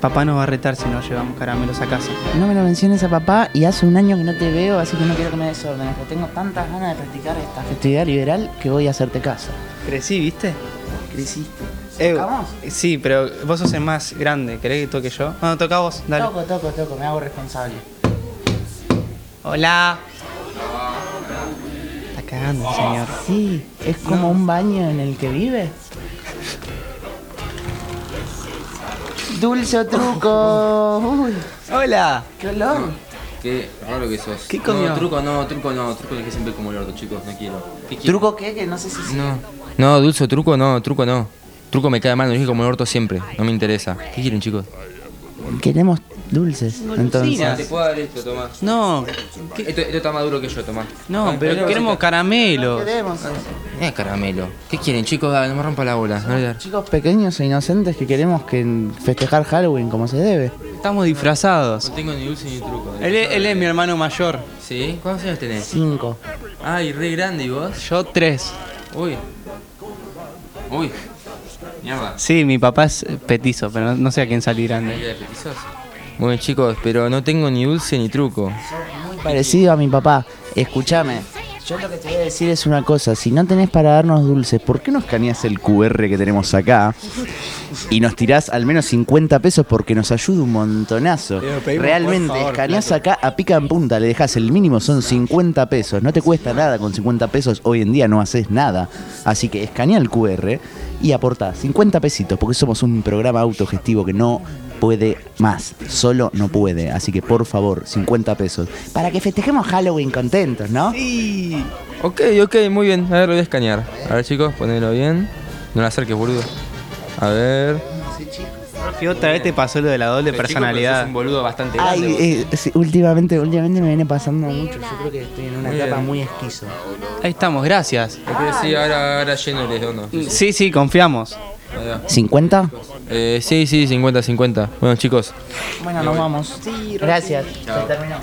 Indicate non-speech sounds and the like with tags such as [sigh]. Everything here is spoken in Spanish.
Papá nos va a retar si no llevamos caramelos a casa. No me lo menciones a papá y hace un año que no te veo, así que no quiero que me desórdenes. Pero tengo tantas ganas de practicar esta festividad liberal que voy a hacerte caso. Crecí, ¿viste? Creciste. Eh, ¿Sacamos? sí, pero vos sos el más grande. ¿Querés que toque yo? No, toca vos, dale. Toco, toco, toco, me hago responsable. Hola. Está cagando, señor. Sí, es como un baño en el que vive. Dulce o truco. [laughs] Uy, Hola. qué olor. Qué raro que sos. ¿Qué comió? No, truco no, truco no, truco es que siempre como el orto, chicos, no quiero. ¿Qué quiero? ¿Truco qué? Que no sé si sí. No. No, dulce, truco no, truco no. Truco me cae mal, lo dije como el orto siempre, no me interesa. ¿Qué quieren, chicos? Queremos dulces, Golosinas. entonces. te puedo dar esto, Tomás. No, Esto, está más duro que yo, Tomás. no, pero queremos caramelos. Queremos. Mira, Eh, caramelo. ¿Qué quieren, chicos? Dale, no me rompa la bola. No, le- Chicos pequeños e inocentes que queremos que festejar Halloween como se debe. Estamos disfrazados. No tengo ni dulce ni truco. eh. Él, es- él es mi hermano mayor. ¿Sí? ¿Cuántos años tenés? Cinco. Ay, re grande, ¿y vos? Yo tres. Uy. Uy. Mierda. Sí, mi papá es eh, petizo, pero no, no sé a quién salir grande. Bueno chicos, pero no tengo ni dulce ni truco. Muy parecido a mi papá. Escúchame. Yo lo que te voy a decir es una cosa. Si no tenés para darnos dulces, ¿por qué no escaneas el QR que tenemos acá y nos tirás al menos 50 pesos porque nos ayuda un montonazo? Pero Eh, pedimos, Realmente, por favor, escaneás acá a pica en punta, le dejas el mínimo, son 50 pesos. No te cuesta nada con 50 pesos. Hoy en día no haces nada. Así que escanea el QR y aportá 50 pesitos porque somos un programa autogestivo que no puede más, solo no puede. Así que por favor, 50 pesos. Para que festejemos Halloween contentos, ¿no? Sí. Ok, ok, muy bien. A ver, lo voy a escanear. A ver chicos, ponelo bien. No la acerques, boludo. A ver. Fío, otra vez te pasó lo de la doble personalidad. un boludo bastante Ay, eh, sí, últimamente, últimamente me viene pasando mucho. Yo creo que estoy en una Muy etapa bien. muy esquizo. Ahí estamos, gracias. sí, ahora, ahora lleno les dono. Sí, sí, confiamos. Ahí va. ¿50? Eh, sí, sí, 50-50. Bueno chicos, Bueno, nos vamos. Gracias. Se terminó.